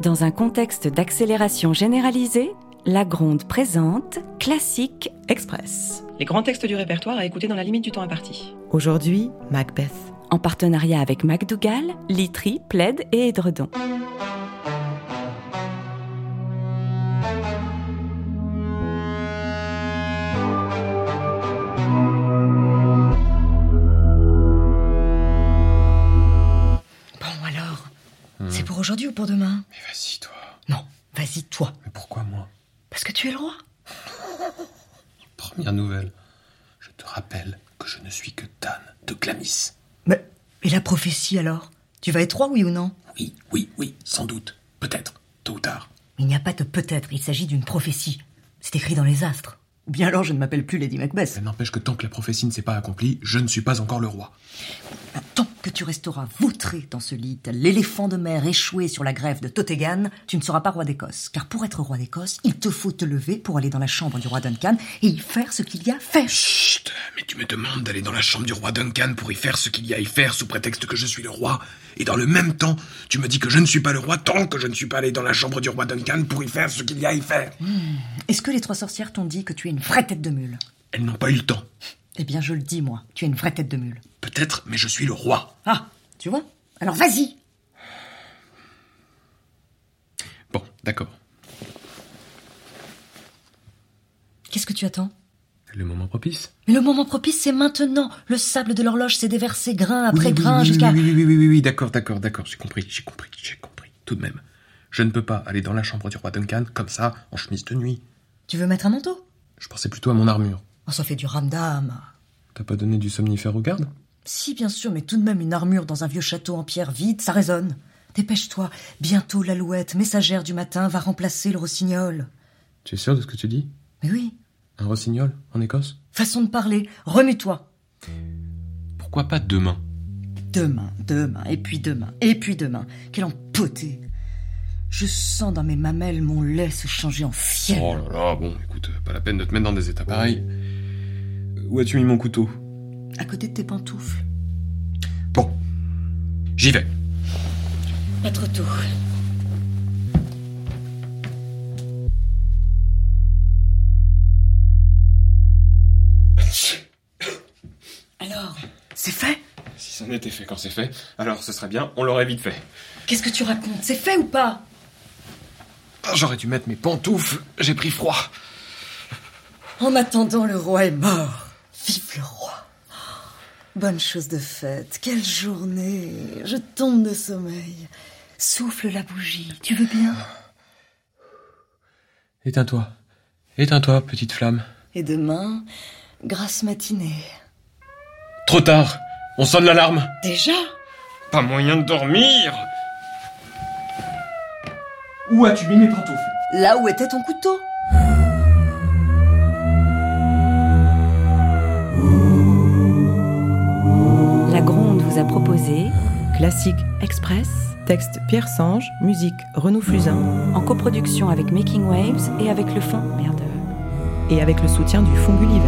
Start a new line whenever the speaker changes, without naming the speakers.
Dans un contexte d'accélération généralisée, la Gronde présente Classique Express,
Les grands textes du répertoire à écouter dans la limite du temps imparti.
Aujourd'hui, Macbeth.
en partenariat avec MacDougall, Litry, Plaid et Edredon.
Bon alors, c'est pour aujourd'hui ou pour demain
Mais vas-y, toi.
Non, vas-y toi,
Mais pourquoi moi
parce que tu es le roi.
Première nouvelle. Je te rappelle que je ne suis que Dan de Glamis.
Mais et la prophétie alors Tu vas être roi, oui ou non
Oui, oui, oui, sans doute. Peut-être. Tôt ou tard.
Il n'y a pas de peut-être, il s'agit d'une prophétie. C'est écrit dans les astres. Ou bien alors je ne m'appelle plus Lady Macbeth.
Ça n'empêche que tant que la prophétie ne s'est pas accomplie, je ne suis pas encore le roi.
Tant que tu resteras vautré dans ce lit, tel l'éléphant de mer échoué sur la grève de Tottegan, tu ne seras pas roi d'Écosse. Car pour être roi d'Écosse, il te faut te lever pour aller dans la chambre du roi Duncan et y faire ce qu'il y a fait.
Chut Mais tu me demandes d'aller dans la chambre du roi Duncan pour y faire ce qu'il y a à y faire sous prétexte que je suis le roi. Et dans le même temps, tu me dis que je ne suis pas le roi tant que je ne suis pas allé dans la chambre du roi Duncan pour y faire ce qu'il y a à y faire.
Est-ce que les trois sorcières t'ont dit que tu es une vraie tête de mule
Elles n'ont pas eu le temps.
Eh bien je le dis moi, tu es une vraie tête de mule.
Peut-être, mais je suis le roi.
Ah, tu vois Alors vas-y
Bon, d'accord.
Qu'est-ce que tu attends
Le moment propice
Mais le moment propice, c'est maintenant Le sable de l'horloge s'est déversé grain après
Oui, oui,
grain
oui,
jusqu'à...
Oui, oui, oui, oui, oui, oui, d'accord, d'accord, d'accord, j'ai compris, j'ai compris, j'ai compris. Tout de même, je ne peux pas aller dans la chambre du roi Duncan comme ça, en chemise de nuit.
Tu veux mettre un manteau
Je pensais plutôt à mon armure.
Oh, ça fait du ramdam
T'as pas donné du somnifère au garde
Si, bien sûr, mais tout de même une armure dans un vieux château en pierre vide, ça résonne Dépêche-toi, bientôt l'alouette, messagère du matin, va remplacer le rossignol
Tu es sûr de ce que tu dis
Mais oui,
Un rossignol, en Écosse
façon de parler, remue-toi
Pourquoi pas demain
Demain, demain, et puis demain, et puis demain. Quelle empotée Je sens dans mes mamelles mon lait se changer en fiel.
Oh là là, bon, écoute, pas la peine de te mettre dans des états pareils. Euh, Où as-tu mis mon couteau
À côté de tes pantoufles.
Bon, j'y vais.
Pas trop tôt. Alors, c'est fait
Si c'en était fait quand c'est fait, alors ce serait bien, on l'aurait vite fait.
Qu'est-ce que tu racontes C'est fait ou pas
Ah, J'aurais dû mettre mes pantoufles, j'ai pris froid.
En attendant, le roi est mort. Vive le roi. Bonne chose de faite. Quelle journée. Je tombe de sommeil. Souffle la bougie. Tu veux bien
Éteins-toi. Éteins-toi, petite flamme.
Et demain, grasse matinée.
Trop tard On sonne l'alarme
Déjà
Pas moyen de dormir Où as-tu mis mes pantoufles
Là où était ton couteau
La Gronde vous a proposé
Classique,
Express
texte Pierre Sange, musique Renaud Fusain,
en coproduction avec Making Waves et avec le fond Merde.
et avec le soutien du Fonds Gulliver.